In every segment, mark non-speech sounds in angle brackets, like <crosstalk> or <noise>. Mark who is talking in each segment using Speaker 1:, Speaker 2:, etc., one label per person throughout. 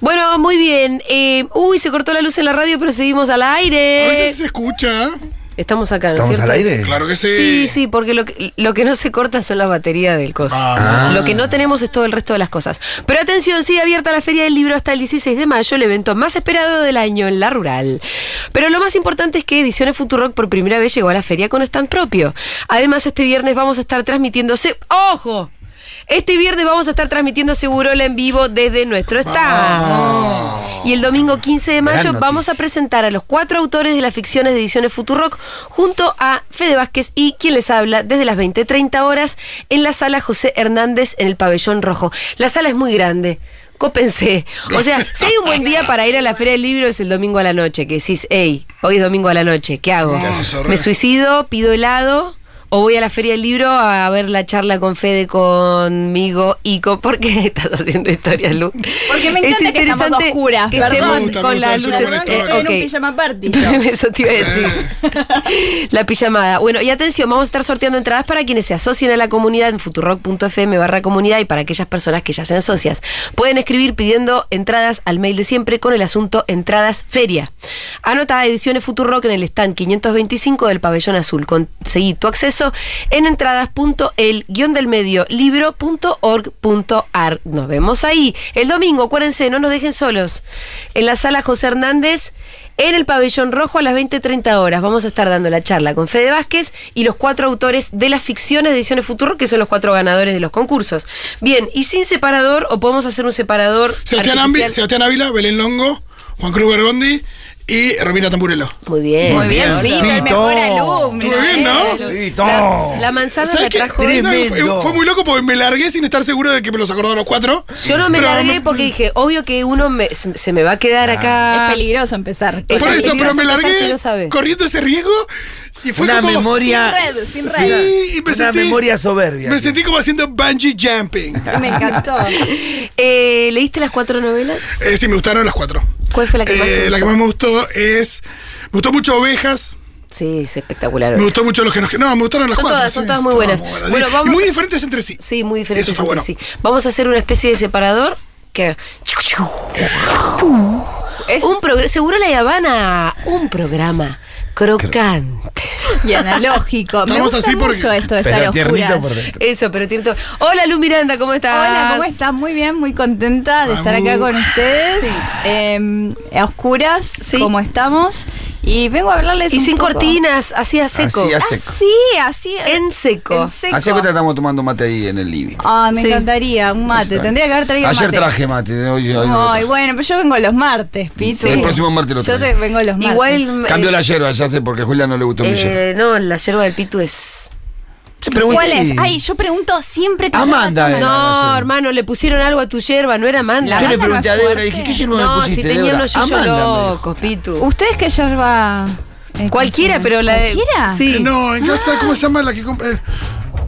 Speaker 1: Bueno, muy bien. Eh, uy, se cortó la luz en la radio, pero seguimos al
Speaker 2: A veces
Speaker 1: aire.
Speaker 2: se escucha.
Speaker 1: Estamos acá, ¿no es
Speaker 3: ¿Estamos
Speaker 1: cierto?
Speaker 3: al aire?
Speaker 2: Claro que sí.
Speaker 1: Sí, sí, porque lo que, lo que no se corta son las baterías del coso.
Speaker 2: Ah.
Speaker 1: Lo que no tenemos es todo el resto de las cosas. Pero atención, sigue abierta la Feria del Libro hasta el 16 de mayo, el evento más esperado del año en la rural. Pero lo más importante es que Ediciones Futurock por primera vez llegó a la feria con stand propio. Además, este viernes vamos a estar transmitiéndose. ¡Ojo! Este viernes vamos a estar transmitiendo Segurola en vivo desde nuestro stand. Y el domingo 15 de mayo
Speaker 3: Gran
Speaker 1: vamos a
Speaker 3: noticia.
Speaker 1: presentar a los cuatro autores de las ficciones de Ediciones Futurock junto a Fede Vázquez y quien les habla desde las 20.30 horas en la sala José Hernández en el pabellón rojo. La sala es muy grande. Cópense. O sea, si hay un buen día para ir a la Feria del Libro es el domingo a la noche, que decís, hey, hoy es domingo a la noche, ¿qué hago?
Speaker 2: No, se re-
Speaker 1: Me suicido, pido helado. O voy a la Feria del Libro a ver la charla con Fede, conmigo y con... <laughs> ¿Por qué estás haciendo historias, Lu?
Speaker 4: Porque me
Speaker 1: Es
Speaker 4: encanta que estamos
Speaker 1: interesante
Speaker 4: oscuras,
Speaker 1: que
Speaker 4: perdón.
Speaker 1: estemos
Speaker 2: Me gusta,
Speaker 1: con
Speaker 2: me
Speaker 1: las
Speaker 2: gusta,
Speaker 1: luces...
Speaker 2: sí,
Speaker 1: eh,
Speaker 2: me
Speaker 4: Estoy en un
Speaker 1: ok.
Speaker 4: pijama party.
Speaker 1: <laughs> Eso te iba a decir. La pijamada. Bueno, y atención, vamos a estar sorteando entradas para quienes se asocien a la comunidad en futurock.fm barra comunidad y para aquellas personas que ya sean socias. Pueden escribir pidiendo entradas al mail de siempre con el asunto entradas feria. Anota ediciones Futurock en el stand 525 del pabellón azul. Conseguí tu acceso en entradas.el del medio libro.org.ar. Nos vemos ahí. El domingo, acuérdense, no nos dejen solos. En la sala José Hernández en el pabellón rojo a las 20.30 horas. Vamos a estar dando la charla con Fede Vázquez y los cuatro autores de las ficciones de Ediciones Futuro, que son los cuatro ganadores de los concursos. Bien, y sin separador, o podemos hacer un separador.
Speaker 2: Sebastián, Ambi-
Speaker 1: artificial?
Speaker 2: Sebastián Ávila, Belén Longo, Juan Cruz Bergondi y Romina Tamburello.
Speaker 1: Muy bien.
Speaker 4: Muy bien, Fito, el mejor alumno. ¿eh?
Speaker 2: Muy bien, ¿no?
Speaker 1: La, la manzana
Speaker 2: ¿Sabes
Speaker 1: la
Speaker 2: qué?
Speaker 1: trajo.
Speaker 2: No, fue-
Speaker 3: Tremendo.
Speaker 2: Fue muy loco porque me largué sin estar seguro de que me los acordaron los cuatro.
Speaker 1: Yo no me
Speaker 2: Pero
Speaker 1: largué porque dije, obvio que uno me- se se me va a quedar acá.
Speaker 4: Ah. Es peligroso empezar.
Speaker 1: Es
Speaker 2: Por
Speaker 1: el
Speaker 2: eso,
Speaker 1: peligroso
Speaker 2: pero me
Speaker 1: empezar si
Speaker 2: largué
Speaker 1: no sabes.
Speaker 2: corriendo ese riesgo y fue
Speaker 3: Una
Speaker 2: como...
Speaker 3: memoria.
Speaker 4: sin red, sin red.
Speaker 2: Sí, y me
Speaker 3: Una
Speaker 2: sentí...
Speaker 3: memoria soberbia.
Speaker 2: Me sentí como haciendo bungee
Speaker 3: <laughs>
Speaker 2: jumping.
Speaker 4: Me encantó.
Speaker 1: <laughs> Eh, ¿Leíste las cuatro novelas?
Speaker 2: Eh, sí, me gustaron las cuatro.
Speaker 1: ¿Cuál fue la que más te
Speaker 2: Eh,
Speaker 1: gustó?
Speaker 2: La que más me gustó es... Me gustó mucho Ovejas.
Speaker 1: Sí, es espectacular.
Speaker 2: Me gustó mucho los que nos... No, me gustaron las
Speaker 1: Son
Speaker 2: cuatro.
Speaker 1: todas, son
Speaker 2: sí,
Speaker 1: todas muy buenas. Bueno,
Speaker 2: Y
Speaker 1: vamos
Speaker 2: muy
Speaker 1: a-
Speaker 2: diferentes entre sí.
Speaker 1: Sí, muy diferente.
Speaker 2: Eso fue
Speaker 1: siempre,
Speaker 2: bueno.
Speaker 1: sí. Vamos a hacer una especie de separador que... <laughs>
Speaker 4: Es
Speaker 1: Un progr- Seguro la Habana, un programa crocante.
Speaker 4: y analógico. Me
Speaker 2: Estamos
Speaker 4: gusta
Speaker 2: así porque-
Speaker 4: mucho esto de estar
Speaker 3: Pero tiernito por
Speaker 4: oscuras.
Speaker 3: dentro.
Speaker 1: Eso, pero tiene todo. Hola, Lu Miranda, ¿cómo estás?
Speaker 4: Hola, ¿cómo están? Muy bien, muy contenta de estar
Speaker 2: Vamos.
Speaker 4: acá con ustedes. Eh, a oscuras,
Speaker 1: Sí.
Speaker 4: como estamos. Y vengo a hablarles
Speaker 1: Y
Speaker 4: un
Speaker 1: sin
Speaker 4: poco-
Speaker 1: cortinas, así a seco.
Speaker 3: Así a seco.
Speaker 4: Así, así.
Speaker 1: En seco.
Speaker 4: en seco.
Speaker 3: Hace cuenta que estamos tomando mate ahí en el living.
Speaker 4: Ay, me
Speaker 1: Sí.
Speaker 4: encantaría un mate. Ah, Tendría que haber traído
Speaker 3: Ayer
Speaker 4: mate.
Speaker 3: traje mate. Hoy, hoy no lo
Speaker 4: Ay,
Speaker 3: traje.
Speaker 4: bueno, pero yo vengo los martes, Pitu.
Speaker 3: El próximo martes lo
Speaker 4: Yo
Speaker 3: traje.
Speaker 4: te- vengo los martes.
Speaker 1: Igual...
Speaker 3: Cambio
Speaker 1: eh,
Speaker 3: la yerba, ya sé, porque a Julia no le gustó mi yerba.
Speaker 1: eh, No, la yerba del pitu es...
Speaker 3: Te pregunté.
Speaker 4: ¿Cuál es? Ay, yo pregunto siempre que
Speaker 3: Amanda
Speaker 4: yo-
Speaker 3: era la
Speaker 1: No,
Speaker 3: yerba.
Speaker 1: hermano, le pusieron algo a tu yerba, no era manda.
Speaker 4: La
Speaker 3: Yo le
Speaker 4: Amanda
Speaker 3: pregunté
Speaker 4: más
Speaker 3: a Débora,
Speaker 4: fuerte.
Speaker 3: dije, ¿qué yerba le
Speaker 1: No,
Speaker 3: pusiste,
Speaker 1: si tenía
Speaker 3: Débora?
Speaker 1: unos yuyos
Speaker 3: Amanda, me dijo.
Speaker 1: locos, pitu.
Speaker 4: ¿Ustedes qué yerba? eh,
Speaker 1: Cualquiera,
Speaker 4: consumen?
Speaker 1: pero la de...
Speaker 4: ¿Cualquiera?
Speaker 1: Sí.
Speaker 2: Eh, No, en casa, ¿cómo se llama la que compra? eh,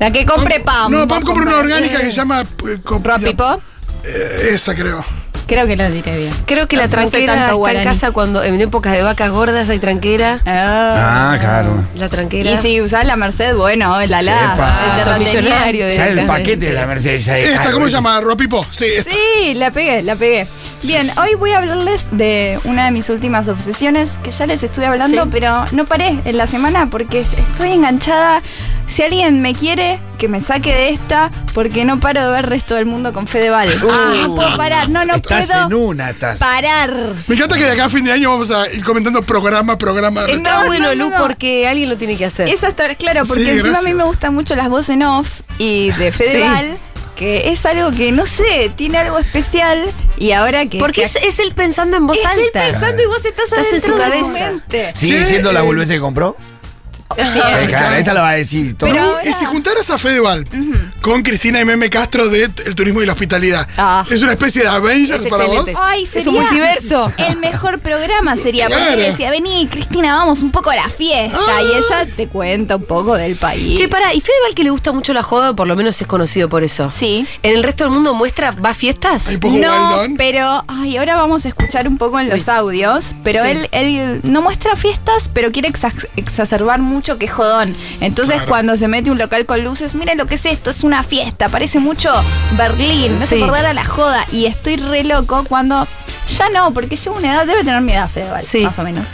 Speaker 4: La que compre
Speaker 1: Ah,
Speaker 4: Pam.
Speaker 2: No, Pam compra una orgánica que se
Speaker 4: ya
Speaker 2: llama. eh, co-
Speaker 4: Ropipo.
Speaker 2: Eh, esa creo.
Speaker 4: Creo que la diré bien.
Speaker 1: Creo que la
Speaker 4: No sé tanto
Speaker 1: tranquera está en
Speaker 4: guaraní.
Speaker 1: casa cuando en épocas de vacas gordas hay tranquera.
Speaker 4: Ah.
Speaker 3: Ah, claro.
Speaker 1: La tranquera.
Speaker 4: Y si usás la Merced, bueno, la la.
Speaker 3: Sepa.
Speaker 4: el
Speaker 1: Ah, sos
Speaker 4: terrateniente.
Speaker 1: millonario.
Speaker 3: Ya el
Speaker 4: Eh,
Speaker 1: directamente.
Speaker 3: paquete de la Mercedes ya es
Speaker 2: Esta,
Speaker 3: caro,
Speaker 2: ¿cómo se
Speaker 3: ¿viste?
Speaker 2: llama? Ropipo. Sí, esta.
Speaker 4: Sí, la pegué, la pegué. Bien, hoy voy a hablarles de una de mis últimas obsesiones, que ya les estuve hablando,
Speaker 1: Sí.
Speaker 4: pero no paré en la semana porque estoy enganchada. Si alguien me quiere, que me saque de esta, porque no paro de ver resto del mundo con Fedeval.
Speaker 1: Uh.
Speaker 4: no puedo parar, no, no
Speaker 3: Estás
Speaker 4: puedo
Speaker 3: en una, estás.
Speaker 4: parar.
Speaker 2: Me encanta que de acá a fin de año vamos a ir comentando programa, programa. Uh,
Speaker 1: Está
Speaker 4: No,
Speaker 1: bueno,
Speaker 4: no, no,
Speaker 1: Lu,
Speaker 4: no.
Speaker 1: porque alguien lo tiene que hacer.
Speaker 4: Esa está claro, porque
Speaker 2: Sí,
Speaker 4: encima a mí
Speaker 2: gracias.
Speaker 4: me gustan mucho las voces en off y de Fedeval, que es algo que no sé, tiene algo especial y ahora que
Speaker 1: porque
Speaker 4: se
Speaker 1: es, es él pensando en voz
Speaker 4: Es él
Speaker 1: alta.
Speaker 4: pensando y vos estás,
Speaker 1: Estás en
Speaker 4: adentro
Speaker 1: su
Speaker 4: de su
Speaker 1: cabeza.
Speaker 4: mente.
Speaker 3: ¿Sigue
Speaker 2: Sí,
Speaker 3: siendo la
Speaker 2: eh,
Speaker 3: boludez que compró?
Speaker 1: <laughs> Sí.
Speaker 4: Ah,
Speaker 3: Sí, claro, esta la va a decir todo.
Speaker 2: Pero
Speaker 4: ahora-
Speaker 2: Y si juntaras a Fedeval con Cristina y Meme Castro de t- El Turismo y la Hospitalidad,
Speaker 4: Ah.
Speaker 2: es una especie de Avengers
Speaker 1: Es
Speaker 2: para
Speaker 1: excelente.
Speaker 2: vos.
Speaker 4: Ay,
Speaker 1: Es
Speaker 4: sería
Speaker 1: un multiverso.
Speaker 4: El mejor programa sería. Porque
Speaker 2: Claro.
Speaker 4: le decía, vení, Cristina, vamos un poco a la fiesta.
Speaker 2: Ah.
Speaker 4: Y ella te cuenta un poco del país.
Speaker 1: Che, pará, y Fedeval que le gusta mucho la joda, por lo menos es conocido por eso.
Speaker 4: Sí.
Speaker 1: ¿En el resto del mundo muestra, va a fiestas?
Speaker 2: Hay poco
Speaker 4: No,
Speaker 2: Wildon.
Speaker 4: pero ay, ahora vamos a escuchar un poco en los audios. Pero
Speaker 1: Sí.
Speaker 4: él, él no muestra fiestas, pero quiere exa- exacerbar mucho que jodón. Entonces,
Speaker 2: Claro.
Speaker 4: cuando se mete un local con luces, miren lo que es esto: es una fiesta. Parece mucho Berlín. No
Speaker 1: Sí.
Speaker 4: se acordar a la joda. Y estoy re loco cuando Ya no, porque llevo una edad, debe tener mi edad, Fedeval,
Speaker 1: Sí.
Speaker 4: más o menos.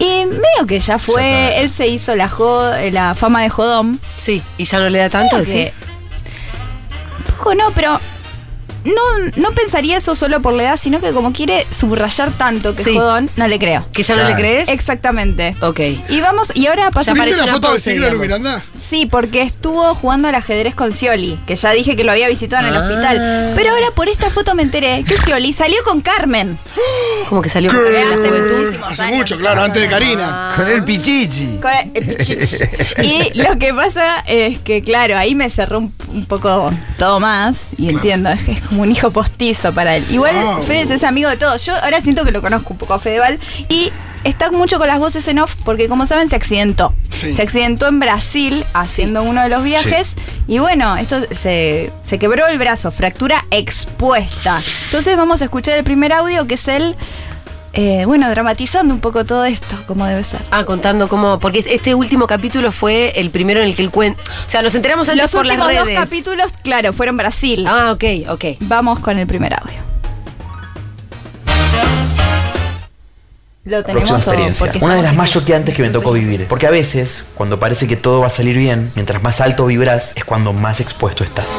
Speaker 4: Y medio que ya fue,
Speaker 3: Ya está.
Speaker 4: él se hizo la, jo- eh, la fama de jodón.
Speaker 1: Sí, y ya no le da tanto,
Speaker 4: Creo que-
Speaker 1: decís.
Speaker 4: Poco no, pero no, no pensaría eso solo por la edad, sino que como quiere subrayar tanto que
Speaker 1: Sí.
Speaker 4: jodón, no le creo.
Speaker 1: ¿Que ya no le
Speaker 3: Claro.
Speaker 1: crees?
Speaker 4: Exactamente.
Speaker 1: Ok.
Speaker 4: Y vamos, y ahora pasamos.
Speaker 1: parece
Speaker 2: ¿Viste
Speaker 1: una
Speaker 2: la foto de
Speaker 1: pose,
Speaker 2: Siglo
Speaker 1: digamos.
Speaker 2: Miranda?
Speaker 4: Sí, porque estuvo jugando al ajedrez con Scioli, que ya dije que lo había visitado en el
Speaker 1: Ah.
Speaker 4: hospital. Pero ahora por esta foto me enteré que Scioli salió con Carmen.
Speaker 1: Como que salió
Speaker 2: ¿Qué?
Speaker 1: la juventud. Ah.
Speaker 4: muchísimos
Speaker 2: Hace
Speaker 4: años.
Speaker 2: mucho, claro, antes de Karina.
Speaker 3: Con el pichichi.
Speaker 4: Con el- el pichichi. y lo que pasa es que, claro, ahí me cerró un, un poco todo más. Y entiendo, es, que es como un hijo postizo para él. Igual
Speaker 2: Wow.
Speaker 4: Fede es amigo de todos. Yo ahora siento que lo conozco un poco a Fedeval. Y está mucho con las voces en off porque, como saben, se accidentó.
Speaker 2: Sí.
Speaker 4: Se accidentó en Brasil haciendo uno de los viajes. Y bueno, esto se, se quebró el brazo, fractura expuesta. Entonces vamos a escuchar el primer audio que es él. eh, bueno, dramatizando un poco todo esto, como debe ser.
Speaker 1: Ah, contando cómo. Porque este último capítulo fue el primero en el que el cuento. O sea, nos enteramos antes
Speaker 4: Los
Speaker 1: por las
Speaker 4: últimos
Speaker 1: redes.
Speaker 4: dos capítulos, claro, fueron Brasil.
Speaker 1: Ah, ok, ok.
Speaker 4: Vamos con el primer audio. Lo
Speaker 5: próxima
Speaker 4: tenemos o
Speaker 5: experiencia.
Speaker 4: porque
Speaker 5: Una de
Speaker 4: estamos
Speaker 5: las más
Speaker 4: en-
Speaker 5: choqueantes que me tocó vivir. Porque a veces, cuando parece que todo va a salir bien, mientras más alto vibras, es cuando más expuesto estás.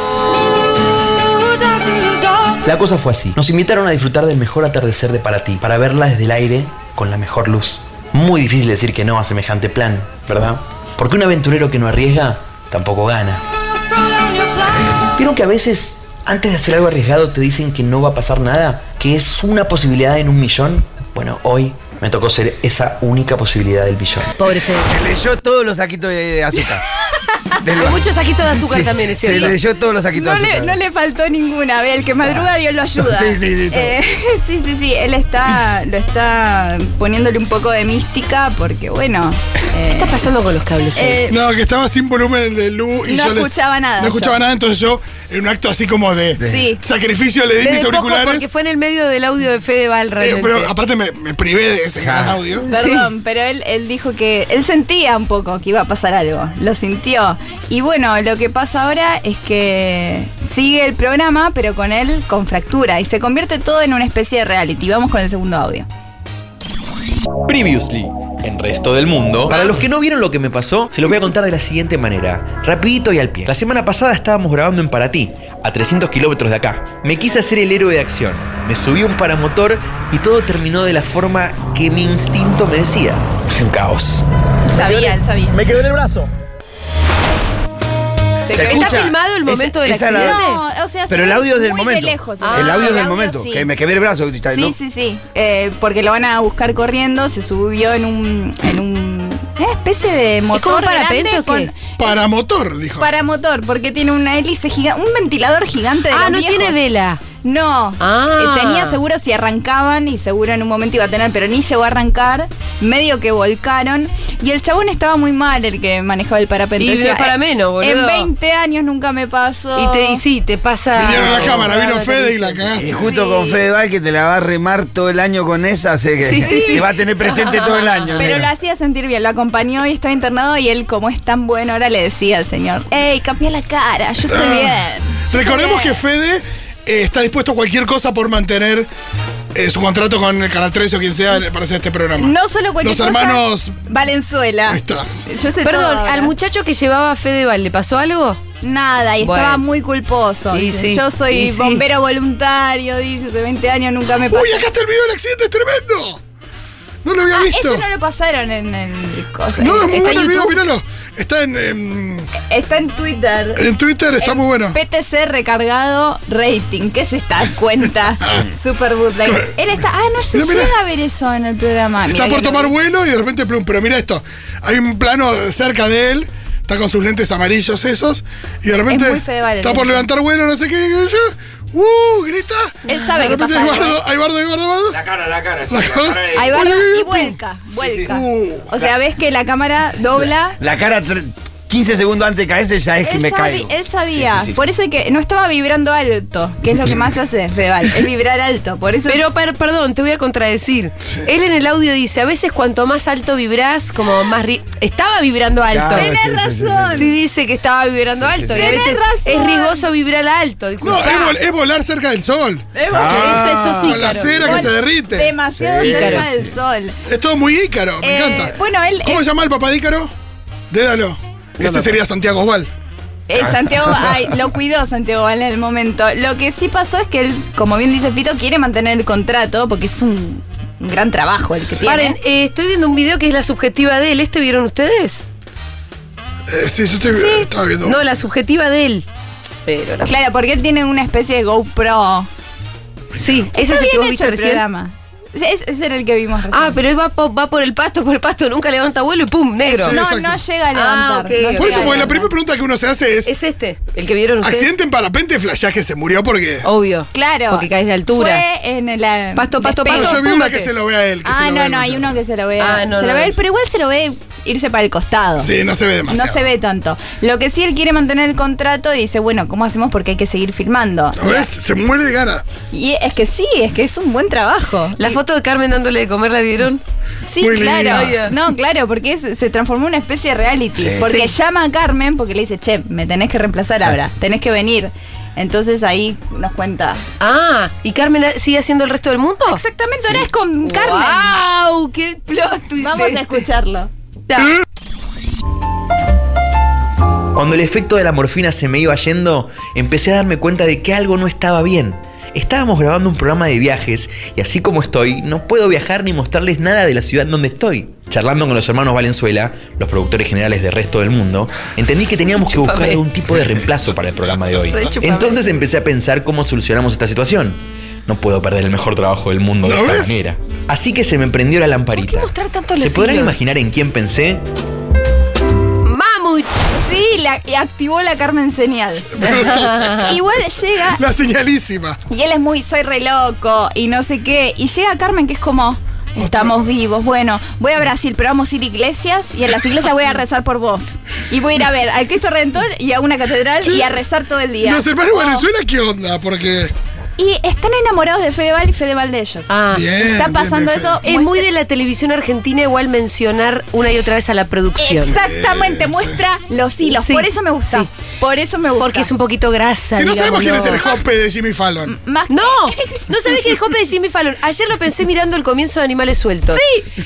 Speaker 5: La cosa fue así. Nos invitaron a disfrutar del mejor atardecer de para ti, para verla desde el aire con la mejor luz. Muy difícil decir que no a semejante plan, ¿verdad? Porque un aventurero que no arriesga, tampoco gana. Vieron que a veces, antes de hacer algo arriesgado, te dicen que no va a pasar nada, que es una posibilidad en un millón. Bueno, hoy me tocó ser esa única posibilidad del millón.
Speaker 1: Pobre Fede.
Speaker 3: Se leyó todos los saquitos de
Speaker 4: <laughs>
Speaker 3: azúcar. Del
Speaker 1: Hay
Speaker 3: bar.
Speaker 1: muchos saquitos de azúcar
Speaker 3: Sí,
Speaker 1: también, es
Speaker 3: Se
Speaker 1: cierto.
Speaker 3: leyó todos los saquitos
Speaker 4: No
Speaker 3: de
Speaker 4: le,
Speaker 3: azúcar.
Speaker 4: no le faltó ninguna, ve, el que madruga Dios lo
Speaker 5: <laughs>
Speaker 4: ayuda.
Speaker 3: Sí, sí, sí, está
Speaker 4: Eh, <laughs> sí, sí, sí, él está, lo está poniéndole un poco de mística porque,
Speaker 5: <laughs>
Speaker 4: bueno, eh,
Speaker 1: ¿Qué está pasando con los cables? eh?
Speaker 4: eh,
Speaker 2: No, que estaba sin volumen de luz y
Speaker 4: No
Speaker 2: yo le-
Speaker 4: escuchaba nada,
Speaker 2: No escuchaba
Speaker 4: yo.
Speaker 2: nada, entonces yo, en un acto así como de
Speaker 4: Sí.
Speaker 2: sacrificio, le di
Speaker 1: Le
Speaker 2: mis
Speaker 1: de poco
Speaker 2: auriculares.
Speaker 1: porque fue en el medio del audio de Fedeval
Speaker 2: Eh,
Speaker 1: realmente.
Speaker 2: pero aparte me, me privé de ese gran
Speaker 3: Ah.
Speaker 2: audio.
Speaker 4: Perdón, pero él, él dijo que él sentía un poco que iba a pasar algo, lo sintió. Y bueno, lo que pasa ahora es que sigue el programa, pero con él con fractura y se convierte todo en una especie de reality. Vamos con el segundo audio.
Speaker 5: Previously, en resto del mundo. Para los que no vieron lo que me pasó, se los voy a contar de la siguiente manera, rapidito y al pie. La semana pasada estábamos grabando en Paratí, a 300 kilómetros de acá. Me quise hacer el héroe de acción, me subí a un paramotor y todo terminó de la forma que mi instinto me decía. Es un caos.
Speaker 4: Sabía, él sabía.
Speaker 5: Me quedé en el brazo.
Speaker 4: Se
Speaker 3: Se
Speaker 4: quedó-
Speaker 1: ¿Está
Speaker 3: Escucha,
Speaker 1: filmado el
Speaker 3: esa-
Speaker 1: momento del
Speaker 3: esa la-
Speaker 1: accidente?
Speaker 4: No, o sea, se
Speaker 3: Pero el
Speaker 4: ve
Speaker 3: audio es del
Speaker 4: muy de
Speaker 3: momento.
Speaker 4: lejos, se ve.
Speaker 3: el
Speaker 1: Ah,
Speaker 3: audio es
Speaker 4: el
Speaker 3: del
Speaker 4: audio
Speaker 3: momento.
Speaker 4: sí.
Speaker 3: Que me quebré el brazo. está-
Speaker 4: Sí,
Speaker 3: no.
Speaker 4: sí, sí. Eh, porque lo van a buscar corriendo, se subió en un. en un. una especie de motor.
Speaker 1: como un parapente
Speaker 4: grande
Speaker 1: o qué?
Speaker 4: con-
Speaker 2: Para motor, dijo.
Speaker 4: Paramotor, porque tiene una hélice gigante, un ventilador gigante de
Speaker 1: ah,
Speaker 4: los
Speaker 1: no
Speaker 4: viejos.
Speaker 1: tiene vela.
Speaker 4: No,
Speaker 1: Ah.
Speaker 4: Eh, tenía seguro si arrancaban y seguro en un momento iba a tener, pero ni llegó a arrancar, medio que volcaron. Y el chabón estaba muy mal, el que manejaba el parapente.
Speaker 1: Y
Speaker 4: Decía,
Speaker 1: no es para menos, boludo.
Speaker 4: En 20 años nunca me pasó.
Speaker 1: Y, te, y sí, te pasa.
Speaker 2: Vinieron la cámara, vino
Speaker 1: Ah,
Speaker 2: Fede y la
Speaker 3: Y
Speaker 2: cagaste.
Speaker 3: justo
Speaker 4: Sí.
Speaker 3: con Fedeval que te la va a remar todo el año con esa, sé que
Speaker 1: Sí, sí, sí.
Speaker 3: <laughs> te va a tener presente todo el año.
Speaker 4: Pero
Speaker 3: mira.
Speaker 4: lo hacía sentir bien, lo acompañó y estaba internado y él, como es tan bueno, ahora le decía al señor, ¡Ey, cambia la cara! Yo estoy bien.
Speaker 2: Ah. Recordemos que Fede eh, está dispuesto a cualquier cosa por mantener eh, su contrato con el Canal 13 o quien sea para hacer este programa.
Speaker 4: No solo cualquier
Speaker 2: Los hermanos.
Speaker 4: cosa, Valenzuela.
Speaker 2: Ahí está.
Speaker 4: Yo sé todo
Speaker 1: Perdón,
Speaker 4: ahora.
Speaker 1: al muchacho que llevaba a Fedeval, ¿le pasó algo?
Speaker 4: Nada, y
Speaker 1: Bueno.
Speaker 4: estaba muy culposo.
Speaker 1: Y
Speaker 4: Dice,
Speaker 1: sí,
Speaker 4: Yo soy
Speaker 1: y sí.
Speaker 4: bombero voluntario, dice, hace 20 años nunca me pasó.
Speaker 2: ¡Uy, acá está el video del accidente! ¡Es tremendo! No lo había
Speaker 4: Ah,
Speaker 2: visto.
Speaker 4: eso no lo pasaron en el cosa.
Speaker 2: No, es muy
Speaker 1: ¿Está
Speaker 2: bueno
Speaker 1: en
Speaker 2: el video,
Speaker 1: YouTube?
Speaker 2: míralo. Está en, en,
Speaker 4: Está en Twitter.
Speaker 2: en Twitter, Eh, está muy bueno.
Speaker 4: PTC recargado rating. ¿Qué es esta
Speaker 2: <laughs>
Speaker 4: cuenta?
Speaker 2: Ah.
Speaker 4: Super bootleg. Él está. Ah, no se
Speaker 2: Mira, mira.
Speaker 4: llega a ver eso en el programa.
Speaker 2: Está
Speaker 4: Mira
Speaker 2: por
Speaker 4: que lo
Speaker 2: tomar
Speaker 4: vi.
Speaker 2: vuelo y de repente plum. Pero mira esto. Hay un plano cerca de él. Está con sus lentes amarillos esos. Y de repente.
Speaker 4: muy Fedeval el
Speaker 2: está por
Speaker 4: lente.
Speaker 2: levantar vuelo, no sé qué. qué sé yo. ¡Uh! Grita.
Speaker 4: Él sabe
Speaker 2: De
Speaker 4: que
Speaker 2: repente
Speaker 4: pasa
Speaker 2: hay
Speaker 4: algo.
Speaker 2: bardo, hay bardo, hay bardo, hay bardo.
Speaker 6: La cara, la cara, sí,
Speaker 4: <laughs>
Speaker 2: La
Speaker 6: la,
Speaker 2: cara.
Speaker 6: cara de-
Speaker 4: Ahí va
Speaker 2: Uy,
Speaker 4: y
Speaker 2: pum.
Speaker 4: vuelca, vuelca.
Speaker 2: Uh.
Speaker 4: O sea, ves que la cámara dobla.
Speaker 3: La cara tre- 15 segundos antes de caerse ya es que
Speaker 4: él
Speaker 3: me
Speaker 4: sabi-
Speaker 3: caigo.
Speaker 4: Él sabía,
Speaker 3: Sí, sí, sí.
Speaker 4: por eso es que no estaba vibrando alto, que es lo que más hace Fedeval, es vibrar alto, por eso...
Speaker 1: Pero per- perdón, te voy a contradecir. Él en el audio dice, a veces cuanto más alto vibrás, como más ri- estaba vibrando alto.
Speaker 3: Claro,
Speaker 4: Tenés
Speaker 3: sí, sí, sí,
Speaker 4: razón.
Speaker 1: Sí dice que estaba vibrando
Speaker 3: Sí, sí,
Speaker 1: alto
Speaker 3: sí.
Speaker 1: y a
Speaker 4: Tenés
Speaker 1: veces
Speaker 4: razón.
Speaker 1: es riesgoso vibrar alto.
Speaker 2: No,
Speaker 1: disculpa.
Speaker 2: es, vol- es volar cerca del sol.
Speaker 4: Es
Speaker 3: Ah,
Speaker 1: eso, eso sí,
Speaker 2: Con la
Speaker 1: Ícaro.
Speaker 2: cera que se derrite.
Speaker 4: Demasiado
Speaker 3: Sí,
Speaker 4: cerca
Speaker 1: Ícaro,
Speaker 4: del sol.
Speaker 2: Es todo muy Ícaro, me
Speaker 4: Eh,
Speaker 2: encanta.
Speaker 4: bueno, él-
Speaker 2: ¿Cómo
Speaker 4: él-
Speaker 2: se llama el papá de Ícaro? Dédalo. Ese sería Santiago Osval.
Speaker 4: Eh, <laughs> Santiago, ay, lo cuidó Santiago Val en el momento. Lo que sí pasó es que él, como bien dice Fito, quiere mantener el contrato porque es un, un gran trabajo el que
Speaker 1: Paren,
Speaker 4: tiene.
Speaker 1: eh, estoy viendo un video que es la subjetiva de él. ¿Este vieron ustedes?
Speaker 2: Eh, sí, yo estoy, estaba viendo.
Speaker 1: No, la subjetiva de él. Pero la-
Speaker 4: Claro, porque él tiene una especie de GoPro.
Speaker 1: Sí, ese es
Speaker 4: Está
Speaker 1: el que vos
Speaker 4: bien hecho
Speaker 1: viste
Speaker 4: el
Speaker 1: recién.
Speaker 4: programa. Ese, ese era el que vimos recién.
Speaker 1: Ah, pero él va, po- va por el pasto, por el pasto, nunca levanta vuelo y pum, negro.
Speaker 2: Sí,
Speaker 4: no,
Speaker 2: exacto.
Speaker 4: no llega a
Speaker 1: Ah, ok,
Speaker 4: levantar. no
Speaker 1: ok.
Speaker 2: Por
Speaker 4: llega
Speaker 2: eso,
Speaker 4: a
Speaker 2: porque la
Speaker 4: levantar.
Speaker 2: primera pregunta que uno se hace es:
Speaker 1: Es este, el que vieron ustedes. Oh.
Speaker 2: accidente en parapente, flashás que se murió porque.
Speaker 1: Obvio.
Speaker 4: Claro.
Speaker 1: Porque caes de altura.
Speaker 4: Fue en la.
Speaker 1: Pasto, pasto,
Speaker 2: No,
Speaker 4: despegue.
Speaker 1: pasto.
Speaker 2: yo vi una
Speaker 1: púmbate.
Speaker 2: que se lo ve a él. que se
Speaker 4: Ah,
Speaker 2: lo ve
Speaker 4: no,
Speaker 2: él
Speaker 4: no, hay
Speaker 2: mientras.
Speaker 4: uno que se lo ve.
Speaker 1: Ah, no,
Speaker 4: se lo
Speaker 1: no.
Speaker 4: ve él, pero igual se lo ve irse para el costado.
Speaker 2: Sí, no se ve demasiado.
Speaker 4: No se ve tanto. Lo que sí él quiere mantener el contrato y dice, bueno, ¿cómo hacemos? Porque hay que seguir firmando.
Speaker 2: ¿Lo ves? Se muere de gana.
Speaker 4: Y es que sí, es que es un buen trabajo.
Speaker 1: La foto de Carmen dándole de comer la vieron.
Speaker 4: Sí,
Speaker 2: Muy
Speaker 4: claro.
Speaker 2: linda.
Speaker 4: No, claro, porque es- se transformó en una especie de reality.
Speaker 3: Sí.
Speaker 4: Porque
Speaker 1: Sí.
Speaker 4: llama a Carmen porque le dice, che, me tenés que reemplazar ahora, tenés que venir. Entonces ahí nos cuenta.
Speaker 1: Ah, ¿y Carmen la- sigue haciendo el resto del mundo?
Speaker 4: Exactamente, ahora es con Carmen.
Speaker 1: ¡Wow! ¡Qué plot twist!
Speaker 4: Vamos a escucharlo.
Speaker 2: ¿Mm?
Speaker 5: Cuando el efecto de la morfina se me iba yendo, empecé a darme cuenta de que algo no estaba bien. Estábamos grabando un programa de viajes y así como estoy, no puedo viajar ni mostrarles nada de la ciudad donde estoy. Charlando con los hermanos Valenzuela, los productores generales del resto del mundo, entendí que teníamos que buscar
Speaker 1: Chúpame.
Speaker 5: algún tipo de reemplazo para el programa de hoy.
Speaker 1: Re chúpame.
Speaker 5: Entonces empecé a pensar cómo solucionamos esta situación. No puedo perder el mejor trabajo del mundo de
Speaker 2: ¿Lo
Speaker 5: esta
Speaker 2: ves?
Speaker 5: manera. Así que se me prendió la lamparita.
Speaker 1: ¿Por qué mostrar tanto
Speaker 5: ¿Se
Speaker 1: los
Speaker 5: podrán
Speaker 1: hilos?
Speaker 5: imaginar en quién pensé?
Speaker 2: <laughs>
Speaker 1: ¡Mamuch!
Speaker 4: Sí, la, y activó la Carmen señal. Igual llega
Speaker 2: La señalísima.
Speaker 4: y él es muy, soy re loco y no sé qué. Y llega Carmen que es como, estamos vivos, bueno, voy a Brasil, pero vamos a ir a iglesias y en las iglesias voy a rezar por vos. Y voy a ir a ver al Cristo Redentor y a una catedral y a rezar todo el día.
Speaker 2: Los hermanos
Speaker 4: Oh.
Speaker 2: Venezuela, ¿qué onda? Porque.
Speaker 4: Y están enamorados de Fedeval y Fedeval de ellos.
Speaker 1: Ah.
Speaker 2: Bien,
Speaker 4: Está
Speaker 2: bien,
Speaker 4: pasando
Speaker 2: bien,
Speaker 4: eso.
Speaker 2: Fede.
Speaker 1: Es muy de la televisión argentina igual mencionar una y otra vez a la producción.
Speaker 4: Exactamente, muestra los hilos.
Speaker 1: Sí,
Speaker 4: Por eso me gusta.
Speaker 1: sí.
Speaker 4: Por eso me gusta.
Speaker 1: Porque es un poquito grasa.
Speaker 2: Si no sabemos quién es
Speaker 1: digámoslo.
Speaker 2: el Jope de Jimmy
Speaker 1: Mm.
Speaker 2: Fallon.
Speaker 4: Más
Speaker 1: No, no sabés que el hope de Jimmy Fallon. Ayer lo pensé mirando el comienzo de Animales Sueltos.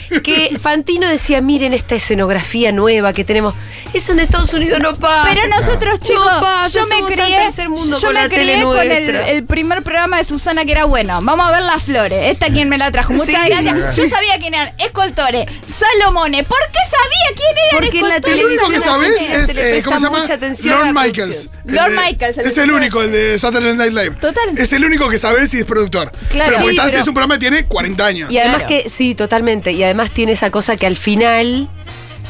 Speaker 1: Sí. Que Fantino decía, miren esta escenografía nueva que tenemos. Eso en Estados Unidos no pasa.
Speaker 4: Pero nosotros,
Speaker 1: No
Speaker 4: chicos,
Speaker 1: pasa,
Speaker 4: yo me
Speaker 1: somos tan
Speaker 4: crié,
Speaker 1: tercer mundo
Speaker 4: yo
Speaker 1: con
Speaker 4: me
Speaker 1: la
Speaker 4: crié
Speaker 1: tele
Speaker 4: con el,
Speaker 1: nuestra.
Speaker 4: el primer programa de Susana que era bueno. Vamos a ver las flores. Esta quien me la trajo. Muchas
Speaker 1: Sí.
Speaker 4: gracias. Yo sabía quién eran. Escoltores, Salomone. ¿Por qué sabía quién eran
Speaker 1: Porque en la
Speaker 4: Escoltores?
Speaker 2: El único
Speaker 1: televisión
Speaker 2: que sabés
Speaker 1: argentina
Speaker 2: es.
Speaker 1: se le
Speaker 2: eh, ¿Cómo
Speaker 1: presta
Speaker 2: se llama?
Speaker 1: mucha atención a
Speaker 2: Lorne
Speaker 1: la
Speaker 2: Michaels.
Speaker 1: producción.
Speaker 2: El
Speaker 4: Lorne
Speaker 2: de-
Speaker 4: Michaels,
Speaker 2: Es
Speaker 4: el
Speaker 2: el
Speaker 4: productor.
Speaker 2: único, el de Saturday Night Live.
Speaker 4: Total.
Speaker 2: Es el único que sabés y es productor.
Speaker 1: Claro.
Speaker 2: Pero porque
Speaker 1: Sí,
Speaker 2: estás
Speaker 1: pero-
Speaker 2: es un programa que tiene 40 años.
Speaker 1: Y además
Speaker 4: Claro.
Speaker 1: que, sí, totalmente. Y además tiene esa cosa que al final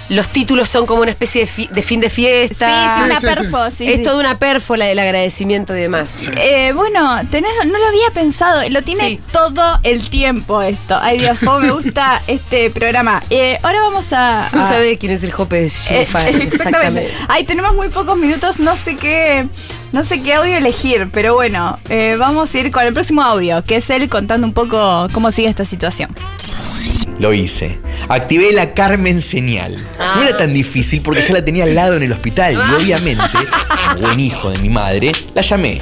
Speaker 1: los títulos son como una especie de, fi- de fin de fiesta.
Speaker 4: Sí, sí, una
Speaker 2: sí, sí.
Speaker 4: perfo. sí,
Speaker 1: es
Speaker 4: sí.
Speaker 1: toda una pérfola del agradecimiento y demás.
Speaker 4: Eh, bueno, tenés, no lo había pensado, lo tiene
Speaker 1: Sí.
Speaker 4: todo el tiempo esto. Ay Dios, cómo me gusta <laughs> este programa. Eh, ahora vamos a...
Speaker 1: No
Speaker 4: a-
Speaker 1: sabe quién es el Jope de Jimmy
Speaker 4: Ah. Eh,
Speaker 1: Fallon.
Speaker 4: <laughs> exactamente.
Speaker 1: Exactamente.
Speaker 4: Ay, tenemos muy pocos minutos, no sé qué, no sé qué audio elegir, pero bueno, eh, vamos a ir con el próximo audio, que es él contando un poco cómo sigue esta situación.
Speaker 5: Lo hice. Activé la Carmen señal. No
Speaker 7: Ah.
Speaker 5: era tan difícil porque ya la tenía al lado en el hospital y obviamente, como buen hijo de mi madre, la llamé.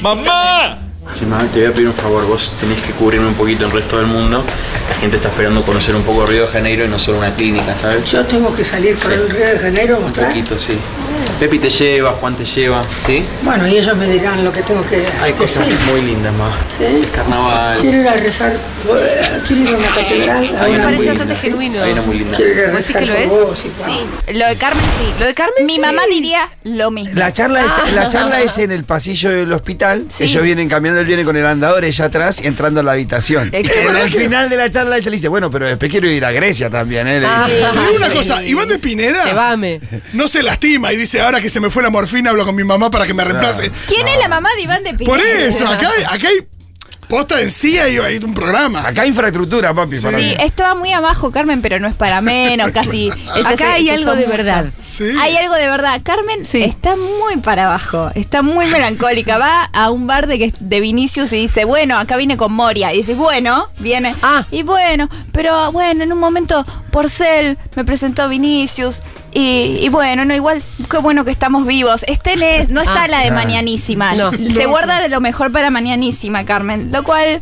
Speaker 5: ¡Mamá!
Speaker 6: Sí, mamá, te voy a pedir un favor, vos tenés que cubrirme un poquito el resto del mundo. La gente está esperando conocer un poco Río de Janeiro y no solo una clínica, ¿sabes?
Speaker 8: Yo tengo que salir para el Río de Janeiro a
Speaker 6: Un
Speaker 8: mostrar.
Speaker 6: poquito, sí. Pepi te lleva, Juan te lleva, ¿sí?
Speaker 8: Bueno, y ellos me dirán lo que tengo que
Speaker 6: Hay cosas
Speaker 8: decir.
Speaker 6: muy lindas, mamá.
Speaker 8: Sí.
Speaker 6: Es carnaval.
Speaker 8: Quiero ir a rezar, eh, quiero ir a una catedral. a
Speaker 6: Hay
Speaker 8: una
Speaker 6: una muy
Speaker 1: parece
Speaker 6: linda,
Speaker 1: bastante
Speaker 6: ¿sí?
Speaker 1: genuino.
Speaker 6: Hay una muy linda.
Speaker 8: Quiero ir a
Speaker 1: ¿Vos decís
Speaker 8: rezar
Speaker 1: que lo
Speaker 8: por
Speaker 1: es?
Speaker 8: vos y pa-
Speaker 4: Lo de Carmen sí.
Speaker 1: Lo de Carmen
Speaker 4: Mi
Speaker 1: sí.
Speaker 4: mamá diría lo mismo.
Speaker 3: La charla, es, la charla es en el pasillo del hospital.
Speaker 4: Sí.
Speaker 3: Ellos vienen caminando, él viene con el andador, ella atrás, y entrando a la habitación.
Speaker 4: Exacto.
Speaker 3: Pero
Speaker 2: ¿Verdad
Speaker 3: al
Speaker 2: que-
Speaker 3: final de la charla ella le dice, bueno, pero después quiero ir a Grecia también, ¿eh? Le
Speaker 1: Ah.
Speaker 3: dice.
Speaker 2: Te digo una cosa, Iván de Pineda
Speaker 1: Llévame.
Speaker 2: no se lastima y dice, ahora que se me fue la morfina, hablo con mi mamá para que me reemplace.
Speaker 4: ¿Quién es la mamá de Iván de Pineda?
Speaker 2: Por eso, acá, acá hay posta en sí hay, hay un programa.
Speaker 3: Acá hay infraestructura, papi. para
Speaker 4: Sí,
Speaker 3: mí.
Speaker 4: estaba muy abajo Carmen, pero no es para menos, casi. ella se-
Speaker 1: Acá hay
Speaker 4: se
Speaker 1: algo
Speaker 4: está
Speaker 1: de
Speaker 4: mucho.
Speaker 1: verdad.
Speaker 2: Sí.
Speaker 4: Hay algo de verdad. Carmen
Speaker 1: Sí.
Speaker 4: está muy para abajo, está muy melancólica. Va a un bar de, que- de Vinicius y dice, bueno, acá vine con Moria. Y dice, bueno, viene.
Speaker 1: Ah.
Speaker 4: Y bueno, pero bueno, en un momento Porcel me presentó Vinicius. Y, y bueno, no igual, qué bueno que estamos vivos. Este no es- no está
Speaker 1: Ah.
Speaker 4: la de mañanísima.
Speaker 1: No.
Speaker 4: Se guarda de lo mejor para mañanísima, Carmen. Lo cual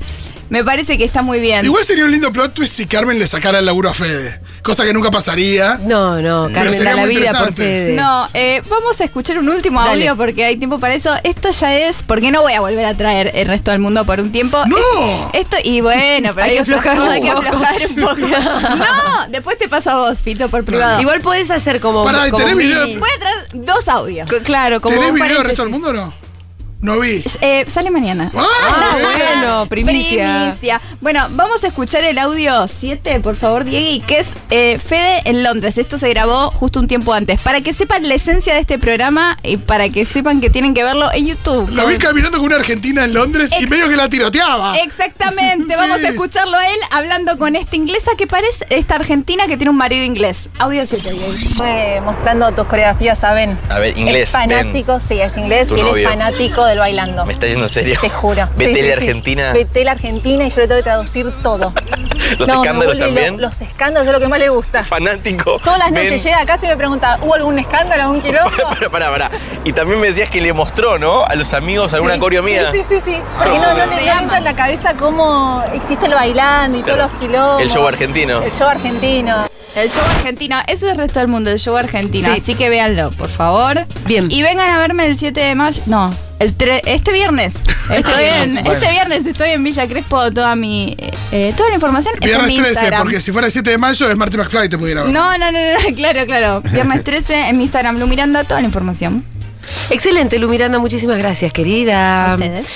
Speaker 4: me parece que está muy bien.
Speaker 2: Igual sería un lindo plot twist si Carmen le sacara el laburo a Fede. Cosa que nunca pasaría.
Speaker 1: No, no,
Speaker 2: Pero
Speaker 1: Carmen
Speaker 2: sería
Speaker 1: da la
Speaker 2: muy
Speaker 1: vida por
Speaker 2: interesante.
Speaker 1: Fede.
Speaker 4: No, eh, vamos a escuchar un último
Speaker 1: Dale.
Speaker 4: audio porque hay tiempo para eso. Esto ya es, porque no voy a volver a traer el resto del mundo por un tiempo.
Speaker 2: ¡No!
Speaker 4: Esto,
Speaker 1: <laughs>
Speaker 4: y bueno, pero
Speaker 1: Hay que
Speaker 4: otras
Speaker 1: aflojar
Speaker 4: cosas,
Speaker 1: un
Speaker 4: hay que
Speaker 1: poco.
Speaker 4: aflojar un
Speaker 1: <laughs>
Speaker 4: poco. No, después te paso a vos, Fito, por privado.
Speaker 1: Igual podés hacer como.
Speaker 2: Pará,
Speaker 1: como
Speaker 2: ¿tenés
Speaker 1: un
Speaker 2: video?
Speaker 1: mini-
Speaker 4: Voy a traer dos audios.
Speaker 1: co- Claro, como.
Speaker 2: ¿Tenés
Speaker 1: un
Speaker 2: video del resto
Speaker 1: paréntesis.
Speaker 2: del mundo o no? No vi.
Speaker 4: Eh, sale mañana.
Speaker 2: ¡Ah!
Speaker 1: Ah,
Speaker 2: Fede!
Speaker 1: bueno, primicia.
Speaker 4: Primicia. Bueno, vamos a escuchar el audio 7, por favor, Diego, que es eh, Fede en Londres. Esto se grabó justo un tiempo antes. Para que sepan la esencia de este programa y para que sepan que tienen que verlo en YouTube.
Speaker 2: Lo vi caminando con una argentina en Londres y
Speaker 4: Ex-
Speaker 2: medio que la tiroteaba.
Speaker 4: Ah. Exactamente,
Speaker 2: Sí.
Speaker 4: vamos a escucharlo a él hablando con esta inglesa que parece esta argentina que tiene un marido inglés. Audio 7, Diego.
Speaker 7: Fue mostrando tus coreografías a Ben.
Speaker 6: A ver, inglés,
Speaker 7: Es fanático, sí, es inglés
Speaker 6: Tu
Speaker 7: y él
Speaker 6: novio.
Speaker 7: es fanático del bailando.
Speaker 6: ¿Me estás diciendo en serio?
Speaker 7: Te juro.
Speaker 6: Vete
Speaker 7: Sí,
Speaker 6: a
Speaker 7: sí,
Speaker 6: la
Speaker 7: sí.
Speaker 6: Argentina.
Speaker 7: Vete a la Argentina y yo le tengo que traducir todo.
Speaker 6: <laughs> ¿Los
Speaker 7: No, me
Speaker 6: escándalos
Speaker 7: vuelve
Speaker 6: también?
Speaker 7: lo- los escándalos es lo que más le gusta.
Speaker 6: Fanático.
Speaker 7: Todas las
Speaker 6: Ven.
Speaker 7: noches llega acá y me pregunta, ¿hubo algún
Speaker 6: <laughs>
Speaker 7: escándalo, algún quilombo?
Speaker 6: Pará, pará, pará. Y también me decías que le mostró, ¿no? A los amigos alguna
Speaker 7: Sí.
Speaker 6: coreo mía. Ah.
Speaker 7: Sí, sí, sí, sí. Porque no, no
Speaker 4: Se
Speaker 7: le no le entra en la cabeza cómo existe el bailando y
Speaker 6: Claro.
Speaker 7: todos los quilombos.
Speaker 6: El show argentino.
Speaker 7: El show argentino.
Speaker 4: El show argentino, eso es el resto del mundo, el show argentino.
Speaker 1: Sí.
Speaker 4: Así que véanlo, por favor.
Speaker 1: Bien.
Speaker 4: Y vengan a verme el 7 de mayo. No, el tre- este viernes. Estoy en, Este viernes estoy en Villa Crespo, toda mi. eh, toda la información está en
Speaker 2: Viernes
Speaker 4: mi
Speaker 2: 13,
Speaker 4: Instagram.
Speaker 2: porque si fuera el 7 de mayo es Marty McFly, te pudiera ver.
Speaker 4: No, no, no, no, <laughs> claro, claro. Viernes 13 en mi Instagram, Lu Miranda, toda la información. Ah,
Speaker 1: Excelente, Lu Miranda, muchísimas gracias, querida.
Speaker 4: ¿A ustedes?